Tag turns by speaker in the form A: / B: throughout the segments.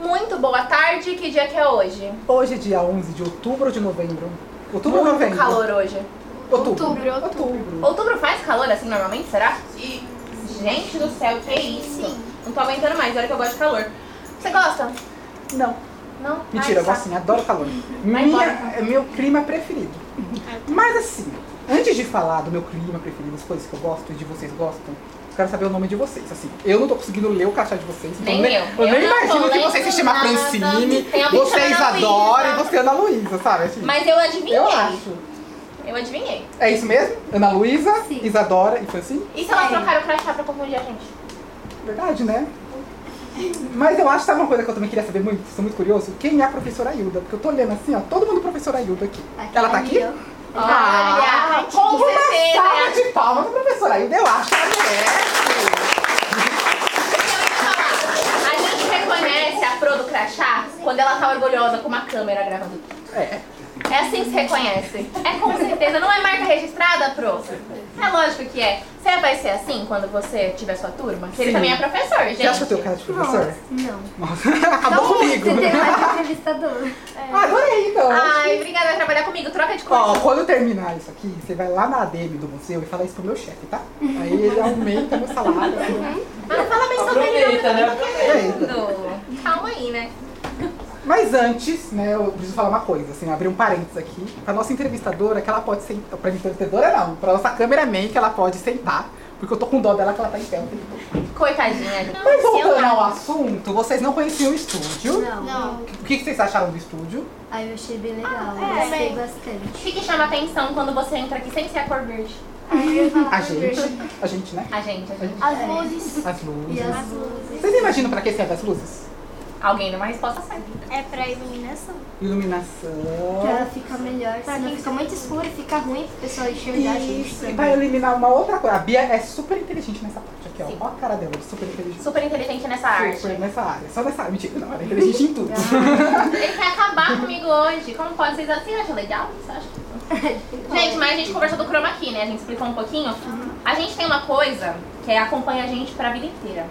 A: Muito boa tarde, que dia que é hoje?
B: Hoje, dia 11 de outubro ou de novembro? Outubro ou
A: Muito
B: novembro?
A: calor hoje.
B: Outubro.
C: Outubro, outubro.
B: Outubro.
A: Outubro faz calor assim normalmente, será? Gente do céu, que é isso? Não tô aguentando mais, olha que eu gosto de calor. Você gosta?
B: Não.
A: Não?
B: Mentira, eu
A: Ai, tá.
B: gosto
A: saco.
B: sim, adoro calor.
A: Vai
B: Minha,
A: embora. então. tá.
B: é meu clima preferido. Mas assim, antes de falar do meu clima preferido, das coisas que eu gosto e de vocês gostam, eu quero saber o nome de vocês. Assim, eu não tô conseguindo ler o cachá de vocês. então
A: Nem eu.
B: Eu
A: Eu
B: nem
A: não tô
B: imagino que
A: lendo
B: vocês se chamam
A: nada.
B: Francine,
A: Tem alguém
B: vocês
A: chamada
B: adoram e
A: Luísa.
B: você é Ana Luísa, sabe? Assim,
A: Mas eu adivinhei.
B: eu acho.
A: Eu adivinhei.
B: É isso mesmo? Ana Luísa,
C: Sim.
B: Isadora e Francine?
A: E se elas
C: Sim.
A: trocaram o crachá pra confundir a gente?
B: Verdade, né? Mas eu acho que sabe uma coisa que eu também queria saber muito, sou muito curioso, quem é a professora Hilda? Porque eu tô olhando assim, ó, todo mundo professora Hilda aqui. Ela tá aqui?
A: Olha, Ah, com
B: uma
A: certeza.
B: salva de palmas pra professora Hilda, eu acho que ela merece.
A: A gente reconhece a Pro do crachá quando ela tá orgulhosa com uma câmera gravando.
B: É,
A: É assim que se reconhece. É com certeza. Não é marca registrada, Pro? É lógico que é. Você vai ser assim quando você tiver sua turma? Que ele
B: Sim.
A: também é professor, gente.
B: você acha que eu tenho cara de professor?
C: Não.
B: Nossa, acabou
C: Não,
B: comigo.
C: Você tem mais de entrevistador.
B: Ah, Adorei, então.
A: Ai, obrigada por trabalhar comigo. Troca de cor.
B: Ó, quando eu terminar isso aqui, você vai lá na ADM do museu e fala isso pro meu chefe, tá? Aí ele aumenta meu salário. assim.
A: Ah, não fala bem sobre ele, não.
B: Aproveita.
A: Lindo. Calma aí, né?
B: Mas antes, né, eu preciso falar uma coisa, assim, abrir um parênteses aqui. Pra nossa entrevistadora, que ela pode sentar. Pra entrevistadora não, pra nossa cameraman, que ela pode sentar. Porque eu tô com dó dela que ela tá em pé. o tempo todo.
A: Coitadinha. gente.
B: Mas voltando
A: Sei
B: ao
A: lá.
B: assunto, vocês não conheciam o estúdio.
C: Não.
D: Não.
B: O que que vocês acharam do estúdio?
C: Aí eu achei bem legal.
D: Ah, é,
C: gostei
D: bem.
A: O
C: bastante.
A: que que chama atenção quando você entra aqui sem ser a cor verde?
B: A gente. A gente, né?
A: A gente, a gente.
D: As luzes
B: As
C: E
B: luzes.
C: as luzes.
B: Vocês imaginam pra que serve as luzes?
A: Alguém numa resposta certa.
D: é pra iluminação.
C: Que é ela
B: Iluminação.
C: fica melhor.
D: Pra
C: senão fica
D: mim fica
C: muito
D: muito escuro e fica ruim pro pessoal enxergar a gente.
B: Isso. E vai eliminar uma outra coisa. A Bia é super inteligente nessa parte aqui, ó.
A: Sim.
B: Olha a cara dela, super inteligente.
A: Super inteligente nessa arte.
B: Super nessa área. Só nessa área. Mentira, não. Ela é inteligente em tudo.
A: Ele quer acabar comigo hoje. Como pode? Vocês assim acham legal? Vocês acham? Gente, mas a gente conversou do chroma aqui, né? A gente explicou um pouquinho. A gente tem uma coisa que é acompanha a gente pra vida inteira.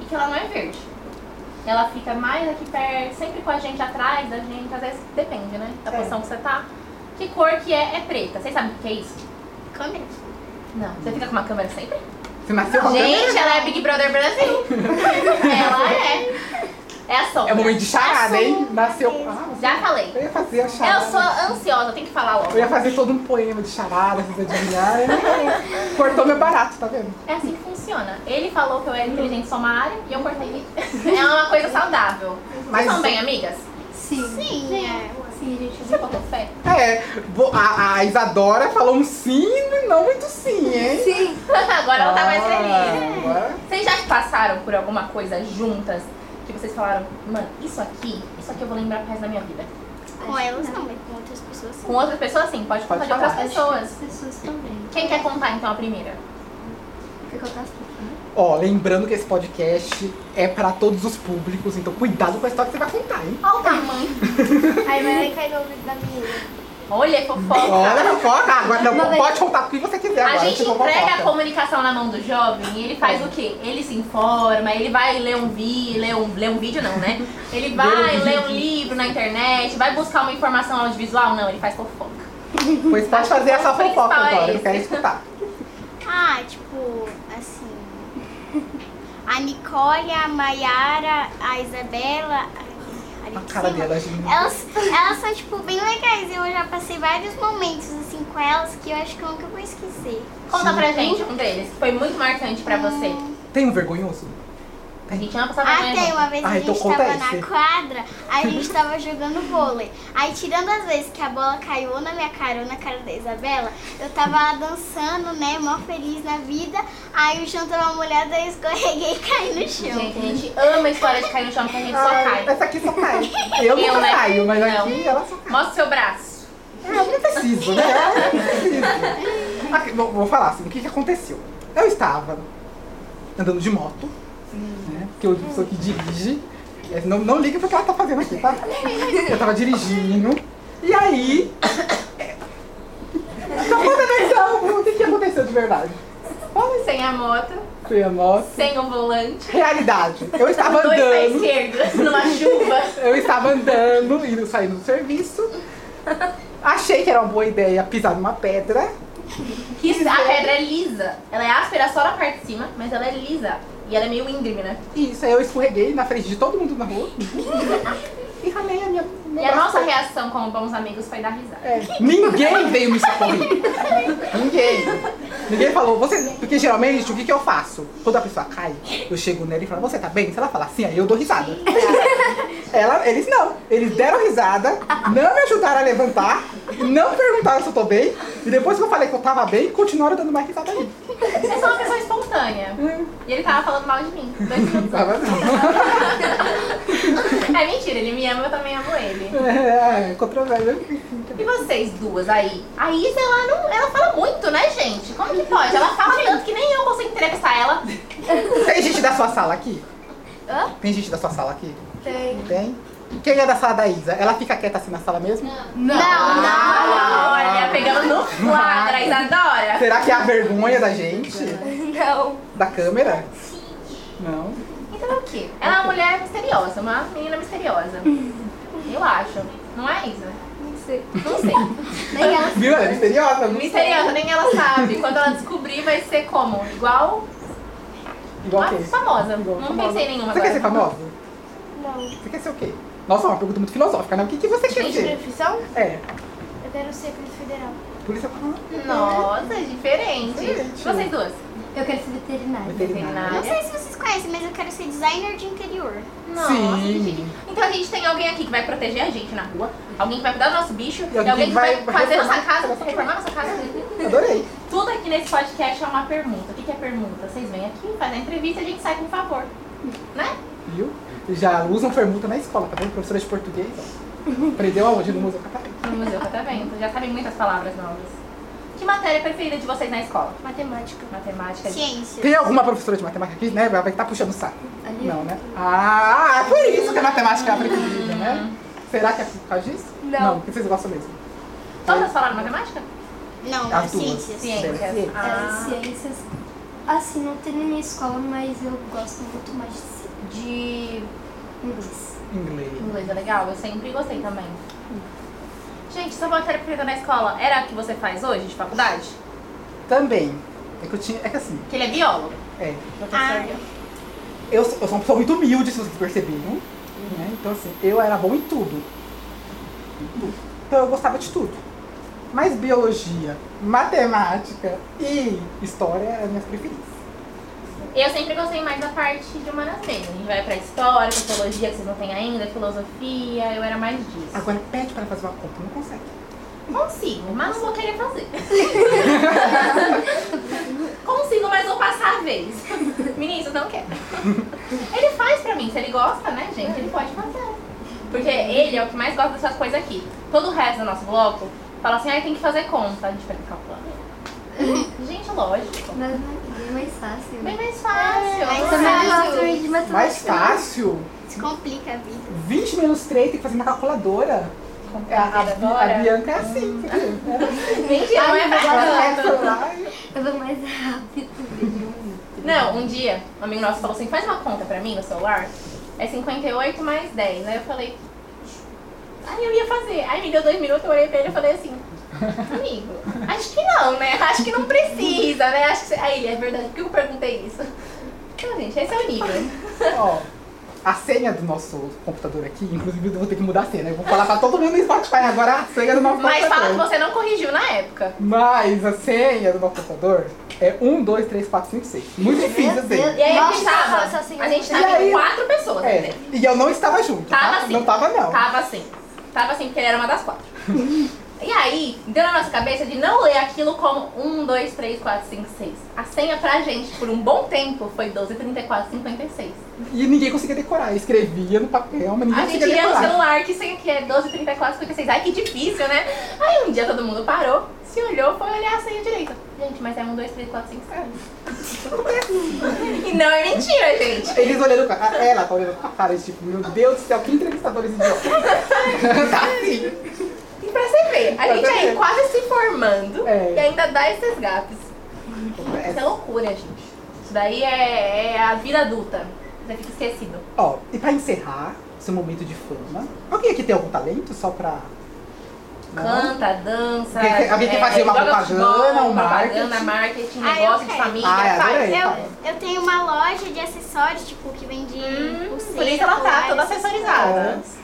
A: E que ela não é verde. Ela fica mais aqui perto, sempre com a gente atrás da gente. Às vezes depende, né? Da
B: É.
A: posição que você tá. Que cor que é? É preta. Vocês sabem o que é isso?
D: Câmera?
A: Não. Você fica com uma câmera sempre?
B: Você nasceu com a câmera?
A: Gente, ela é Big Brother Brasil. ela é. É a sombra.
B: É o momento de charada, hein? Nasceu. Ah, você-
A: Já falei.
B: eu ia fazer a
A: Eu
B: charada.
A: sou ansiosa, tem que falar logo.
B: Eu ia fazer todo um poema de charada, vocês adivinharem. Cortou meu barato, tá vendo?
A: É assim que funciona. Ele falou que eu era inteligente só uma área e eu cortei. É uma coisa saudável.
B: Mas-
A: Vocês são bem, amigas?
C: Sim.
D: Sim, é.
C: Sim, gente.
A: Você botou fé?
B: É, vo- a, a Isadora falou um sim, não muito sim, hein?
C: Sim.
A: Agora ela tá mais feliz.
B: Ah, agora-
A: Vocês já passaram por alguma coisa juntas que vocês falaram, mano, isso aqui, isso aqui eu vou lembrar pro resto da minha vida?
D: Com elas não, mas com outras pessoas sim.
A: Com outras pessoas, sim, pode
B: Pode
A: contar de
B: falar.
A: outras pessoas.
C: As pessoas também.
A: Quem quer contar então a primeira?
C: Quer que eu faça um aqui?
B: Ó, lembrando que esse podcast é pra todos os públicos, então cuidado com a história que você vai contar, hein?
A: Olha o tamanho.
D: Aí vai cair no ouvido da menina.
A: Olha, fofoca.
B: Olha, fofoca! Agora não,
C: Uma vez-
B: pode contar o que você quiser
A: A
B: agora.
A: gente
B: tipo,
A: entrega a
B: fofoca.
A: comunicação na mão do jovem e ele faz o quê? Ele se informa, ele vai ler um vi, ler um, ler um vídeo não, né? Ele vai ler um livro na internet, vai buscar uma informação audiovisual, não, ele faz fofoca.
B: Pois pode fazer essa
A: O principal
B: fofoca
A: é
B: agora, eu
A: esse.
B: quero escutar.
D: Ah, tipo, assim. A Nicole, a Maiara, a Isabela. a- ali
B: A
D: de
B: cara
D: cima,
B: dela, é gente.
D: Elas, elas são, tipo, bem legais. Eu já passei vários momentos, assim, com elas que eu acho que eu nunca vou esquecer.
A: Conta pra gente um deles, que foi muito marcante pra você.
B: Tem um vergonhoso?
A: A gente ama passar
D: Ah, tem.
A: vergonha.
D: Uma vez
B: Ah,
D: a
B: então
D: gente
B: conta
D: tava
B: esse.
D: na quadra, a gente tava jogando vôlei. Aí, tirando as vezes que a bola caiu ou na minha cara ou na cara da Isabela, eu tava lá dançando, né, mó feliz na vida. Aí o chão tava molhado, aí eu escorreguei e caí no chão.
A: Gente, a gente ama a história de cair no chão, porque a gente só
B: Ah,
A: cai.
B: Essa aqui só cai. Eu nunca
A: Eu, né?
B: caio, mas
A: Não.
B: aqui ela só
A: Mostra o seu braço.
B: cai. Eu não preciso, né? Eu não preciso. Aqui, vou, vou falar assim, o que, que aconteceu? Eu estava andando de moto, né? Porque eu sou que dirige. É, Não, não liga porque ela tá fazendo aqui, tá? Eu tava dirigindo. E aí
A: moto,
B: Fui a moto.
A: sem um volante,
B: Realidade. Eu estava
A: dois à
B: Tá andando.
A: esquerda, numa chuva.
B: Eu estava andando, indo saindo do serviço. Achei que era uma boa ideia pisar numa pedra.
A: Que a pedra é lisa. Ela é áspera só na parte de cima, mas ela é lisa. E ela é meio íngreme, né?
B: E isso aí eu escorreguei na frente de todo mundo na rua. E ralei a minha. meu
A: E a
B: braço
A: nossa
B: todo.
A: reação como bons amigos foi dar risada.
B: É, Ninguém veio me socorrer. Ninguém. Ninguém falou, você. Porque geralmente o que, que eu faço? Quando a pessoa cai, eu chego nela e falo, você tá bem? Se ela falar sim, aí eu dou risada. Ela, eles não. Eles deram risada, não me ajudaram a levantar, não perguntaram se eu tô bem. E depois que eu falei que eu tava bem, continuaram dando mais risada aí.
A: Eu sou uma pessoa espontânea. E ele tava falando mal de mim. Dois minutos.
B: Tava não.
A: É mentira, ele me ama, eu também amo ele.
B: É, é controvérsia.
A: E vocês duas aí? A Isa, ela, não, ela fala muito, né, gente? Como que pode? Ela fala tanto que nem eu consigo entrevistar ela.
B: Tem gente da sua sala aqui?
C: Hã?
B: Tem gente da sua sala aqui?
C: Tem.
B: Tem? Quem é da sala da Isa? Ela fica quieta assim na sala mesmo?
A: Não, não, Olha, pegando no quadro, a Isadora.
B: Será que é a vergonha da gente?
C: Não.
B: Da câmera? Não.
A: Então é o quê? Ela é uma mulher misteriosa, uma menina misteriosa. Eu acho. Não é, Isa?
C: Não sei.
A: Não sei.
C: Nem ela.
B: Viu? Ela é misteriosa. não?
A: Misteriosa, nem ela sabe. Quando ela descobrir, vai ser como? Igual
B: Igual
A: Ah,
B: quem?
A: famosa.
B: Igual
A: Não
B: famosa.
A: pensei em nenhuma
B: Você quer
A: agora.
B: ser famosa?
C: Não.
B: Você quer ser o quê? Nossa, é uma pergunta muito filosófica, né? O que, que você quer ser?
C: profissão?
B: É,
C: Eu quero ser polícia federal.
B: polícia ah,
A: Nossa, é diferente.
B: Diferente.
A: Vocês duas.
C: Eu quero ser veterinária.
B: Ah, veterinária.
D: Não sei se vocês conhecem, mas eu quero ser designer de interior.
A: Nossa, que
B: Sim.
A: chique. Então a gente tem alguém aqui que vai proteger a gente na rua, alguém que vai cuidar do nosso bicho, e
B: alguém
A: alguém que
B: que
A: vai,
B: vai
A: fazer nossa
B: reformar-
A: casa, reformar nossa casa.
B: Adorei.
A: Tudo aqui nesse podcast é uma pergunta. O que que é pergunta? Vocês vêm aqui, fazem a entrevista e a gente sai com favor. Né?
B: Viu? Já usam permuta na escola, tá vendo? Professora de português, ó. Aprendeu aonde? No Museu Catarina.
A: No museu tá vendo. Já sabem muitas palavras novas. Que matéria preferida de vocês na escola?
C: Matemática.
A: Matemática.
D: Ciência.
B: Tem alguma professora de matemática aqui, né? Vai estar puxando o saco.
C: Ali.
B: Não, né? Ah, é por isso que a matemática é a preferida, né? Será que é por causa disso?
C: Não.
B: o que vocês gostam mesmo?
A: Todas falaram matemática?
B: é?
D: Não, é
B: As duas.
D: ciências.
B: Ciências.
A: Ah.
C: é, ciências. Assim, não tem na minha escola, mas eu gosto muito mais de- de inglês.
B: Inglês.
A: Inglês é legal, eu sempre gostei também. Gente, sua matéria preferida na escola era a que você faz hoje, de faculdade?
B: Também. É que eu tinha. É que assim,
A: Que ele é biólogo.
B: é.
A: Professor
D: Ah.
A: biólogo.
B: Eu, sou- eu sou uma pessoa muito humilde, se vocês perceberam. né? Então, assim, eu era bom em tudo. Em tudo. Então, eu gostava de tudo. Mas biologia, matemática e história eram minhas preferidas.
A: Eu sempre gostei mais da parte de humanas mesmo. A gente vai pra história, sociologia, que vocês não têm ainda, filosofia, eu era mais disso.
B: Agora, pede para fazer uma conta, não consegue.
A: Consigo, mas não vou querer fazer. Consigo, mas vou passar a vez. Vinícius não quer. Ele faz pra mim, se ele gosta, né, gente? Ele pode fazer. Porque ele é o que mais gosta dessas coisas aqui. Todo o resto do nosso bloco fala assim, ai, tem que fazer conta. A gente vai calculando. gente, lógico.
C: Mas é bem mais fácil.
A: Bem mais fácil.
D: Mas
A: não
D: também
A: é?
D: fácil.
C: gosto também de matemática.
B: Mais fácil.
D: Se complica a vida.
B: 20 menos 3 tem que fazer na calculadora. É, A, a,
A: Agora.
B: a Bianca é
A: Hum.
B: assim, você viu?
A: Mentira, não é pra
B: Ela é
A: tanto.
B: lá.
C: Eu vou mais rápido.
A: Não, um dia, um amigo nosso falou assim, faz uma conta pra mim no celular. É 58 mais 10. Aí eu falei. Aí eu ia fazer. Aí me deu dois minutos, eu olhei pra ele e falei assim, amigo, acho que não, né? Acho que não precisa, né? Acho que você... Aí, é verdade, por que eu perguntei isso? Então, gente, esse é o nível.
B: Ó, a senha do nosso computador aqui, inclusive eu vou ter que mudar a senha, né? Eu vou falar pra todo mundo no Spotify agora "Ah, a senha do nosso
A: Mas fala
B: computador.
A: que você não corrigiu na época.
B: Mas a senha do nosso computador é 1, 2, 3, 4, 5, 6. Muito difícil assim. a senha.
A: E aí eu
C: Nossa,
A: pensava,
C: essa senhora.
A: a gente
B: assim, E
A: tava
B: aí?
A: em quatro pessoas,
B: É,
A: entendeu?
B: e eu não estava junto, tá?
A: Tava sim.
B: Não tava não.
A: Tava assim. Tava assim, porque ele era uma das quatro. e aí, deu na nossa cabeça de não ler aquilo como 1, 2, 3, 4, 5, 6. A senha pra gente, por um bom tempo, foi 12, 34, 56.
B: E ninguém conseguia decorar. Eu escrevia no papel, mas ninguém
A: A gente
B: conseguia
A: ia no
B: decorar.
A: celular, que senha que é 12, 34, 56. Ai, que difícil, né? Aí um dia todo mundo parou, se olhou, foi olhar a senha direita. Gente, mas é 1, 2, 3, 4, 5, 6. e não é mentira, gente.
B: Eles olhando com a cara, ela tá olhando com a cara, tipo, meu Deus do céu, que entrevistadores idiotas. tá assim.
A: E pra você ver, a
B: Pra
A: gente
B: você
A: aí
B: ver.
A: quase se formando
B: É.
A: e ainda dá esses gaps. Isso é
B: É,
A: loucura, gente. Isso daí é, é a vida adulta. Você fica esquecido.
B: Ó, e pra encerrar seu momento de fama, alguém aqui tem algum talento só pra. Não?
A: Canta, dança.
B: Alguém quer- alguém quer
A: é,
B: fazer uma
A: joga
B: propaganda, um
A: propaganda,
B: marketing?
A: marketing,
D: Ah, eu
A: negócio de
D: quero.
A: família.
B: Ai,
A: faz.
B: adorei.
D: Eu, eu tenho uma loja de acessórios, tipo, que vende
A: Hum,
D: pulseira,
A: por isso ela tá
D: colar,
A: toda
D: essas
A: acessorizada.
D: coisas.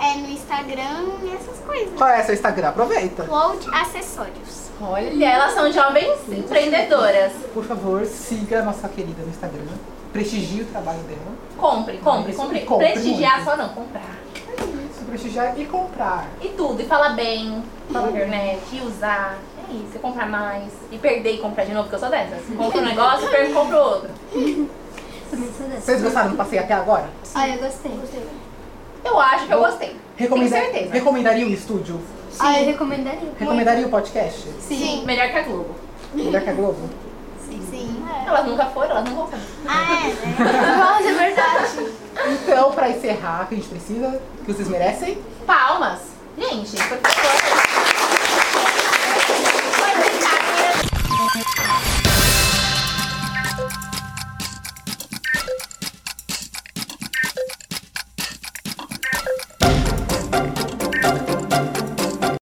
D: É, no Instagram e essas coisas.
B: Qual é seu Instagram? Aproveita.
D: Cloud Acessórios.
A: Olha, elas são jovens empreendedoras.
B: Por favor, siga a nossa querida no Instagram. Prestigie o trabalho dela.
A: Compre, compre,
B: Isso,
A: compre.
B: compre
A: Prestigiar
B: muito.
A: só não, comprar.
B: Isso, prestigiar e comprar.
A: E tudo, e falar bem, falar
B: Uhum.
A: na internet, e usar. É isso, e comprar mais. E perder e comprar de novo, porque eu sou dessas. Compro um negócio, perco, compro outro.
C: Também sou dessa.
B: Vocês gostaram do passeio até agora?
C: Ah, eu gostei.
A: Eu acho que eu gostei.
B: Recomenda-
A: Tenho certeza.
B: Recomendaria o estúdio?
C: Ah, eu recomendaria.
B: Recomendaria o podcast?
D: Sim.
A: Melhor que a Globo.
B: Melhor que a Globo?
D: Sim. Sim. É.
A: Elas nunca foram, elas não vão saber.
D: Ah, é, né?
C: Nossa, é verdade.
B: Então, pra encerrar, que a gente precisa, que vocês merecem.
A: Palmas. Gente, por favor. né?